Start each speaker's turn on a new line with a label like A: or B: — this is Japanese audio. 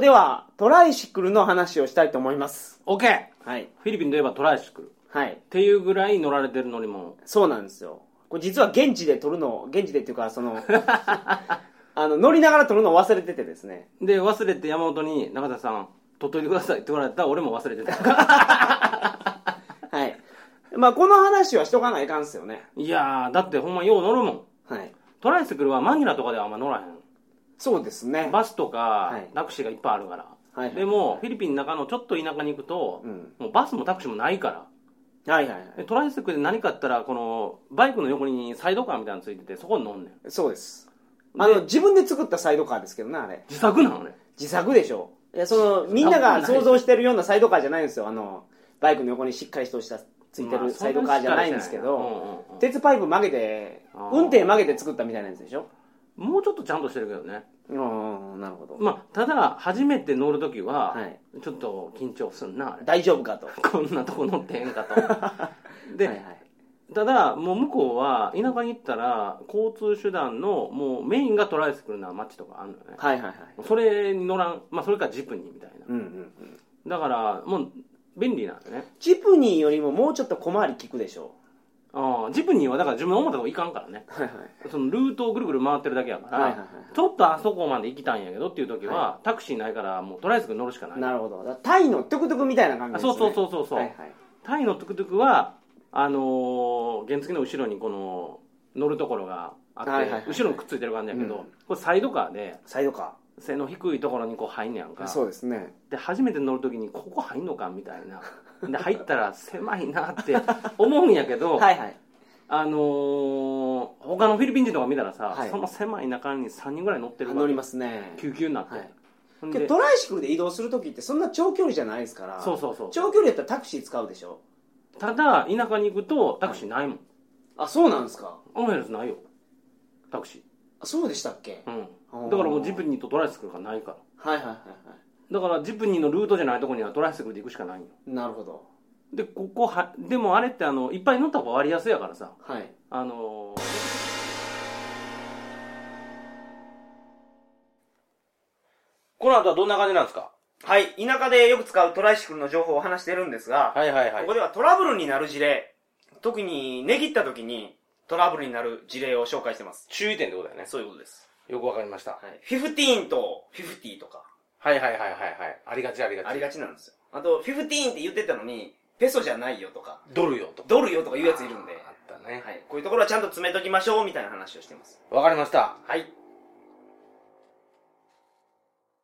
A: では、トライシクルの話をしたいと思います。
B: OK!
A: はい。
B: フィリピンといえばトライシクル。っ
A: はい。
B: ていうぐらい乗られてる乗り物。
A: そうなんですよ。これ実は現地で撮るの、現地でっていうか、そ の、あの、乗りながら撮るのを忘れててですね。
B: で、忘れて山本に、中田さん、取っといてくださいって言われたら俺も忘れて た。
A: はい。まあ、この話はしとかないかんっすよね。
B: いやー、だってほんまよう乗るもん。
A: はい。
B: トライシクルはマニラとかではあんま乗らへん。
A: そうですね。
B: バスとか
A: はい
B: タクシーがいっぱいあるから、
A: はいはい
B: でもフィリピンの中のちょっと田舎に行くと、
A: うん
B: もうバスもタクシーもないから
A: はいはいは
B: で
A: い。
B: トライスクで何かあったらこのバイクの横にサイドカーみたいなのついててそこに乗んねん
A: そうです。あの、自分で作ったサイドカーですけどね、あれ。
B: 自作なのね
A: 自作でしょ。いや、その、みんなが想像してるようなサイドカーじゃないんですよ。あの、バイクの横にしっかりとした、ついて
B: まあ
A: るサイドカーじゃないんですけ
B: そんなしっかり
A: ど
B: してないうんうんうん、
A: 鉄パイプ曲げて
B: あー、
A: 運転曲げて作ったみたいなやつでしょ。
B: もうちょっとちゃんとしてるけどね
A: うん、なるほど。
B: まあただ初めて乗るときは、
A: はい
B: ちょっと緊張すんなあれ
A: 大丈夫かと。
B: こんなとこ乗ってへんかとで、
A: はいはい。
B: ただもう向こうは田舎に行ったら交通手段のもうメインがトライスクルな街とかあるのよね
A: はいはいはい。
B: それに乗らん、まあ、それかジプニーみたいな
A: うんうんうん。
B: だからもう便利なんだね
A: ジプニーよりももうちょっと小回り利くでしょ
B: ああジプニーはだから自分思ったとこ行かんからね
A: はいはい。
B: そのルートをぐるぐる回ってるだけやから、
A: はいはいはい
B: ちょっとあそこまで行きたいんやけどっていう時は、タクシーないからもうとりあえず乗るしかない
A: なるほど。だからタイのトゥクトゥクみたいな感じですね。
B: あそうそうそうそうそう
A: はいはい。
B: タイのトゥクトゥクはあのー原付の後ろにこの乗るところがあって、
A: はいはいはい
B: 後ろにくっついてる感じやけど、
A: うん
B: これサイドカーで
A: サイドカ
B: 背の低いところにこう入んねやん
A: ー。
B: か
A: そうですね。
B: で初めて乗る時にここ入んのかみたいなで入ったら狭いなって思うんやけど、
A: はいはい。
B: あのー他のフィリピン人とか見たらさ、
A: はい
B: その狭い中に3人ぐらい乗ってるわ
A: 乗りますね。
B: 救急になって、
A: はい
B: ほん
A: け
B: で
A: どトライシクルで移動するときってそんな長距離じゃないですから。
B: そうそうそう
A: 長距離やったらタクシー使うでしょ。
B: ただ田舎に行くとタクシーないもん、
A: あ、そうなんですか。
B: アンヘルスないよタクシ
A: あそうでしたっけ
B: ー、う
A: おー
B: ん、だからもうジプニーとトライスクルがないから
A: はいはいはいは
B: だからジプニーのルートじゃないとこにはトライスクルで行くしかないんよ
A: い。なるほど。
B: でここはでもあれってあのいっぱい乗った方が割安やからさ
A: はい。
B: あのーこの後はどんな感じなんですか
A: はい。田舎でよく使うトライシクルの情報を話してるんですが、
B: はいはいはい
A: ここではトラブルになる事例、特に値切った時にトラブルになる事例を紹介してます。
B: 注意点ってことだよね
A: そういうことです。
B: よくわかりました
A: はい。フィフティーンとフィフティーとか、
B: はいはいはいはいはいありがちありがち
A: ありがちなんですよ。あと、フィフティーンって言ってたのに、ペソじゃないよとか、
B: ドルよと
A: ドルよとか言うやついるんで、
B: あったね
A: はい。こういうところはちゃんと詰めときましょうみたいな話をしてます。
B: わかりました
A: はい。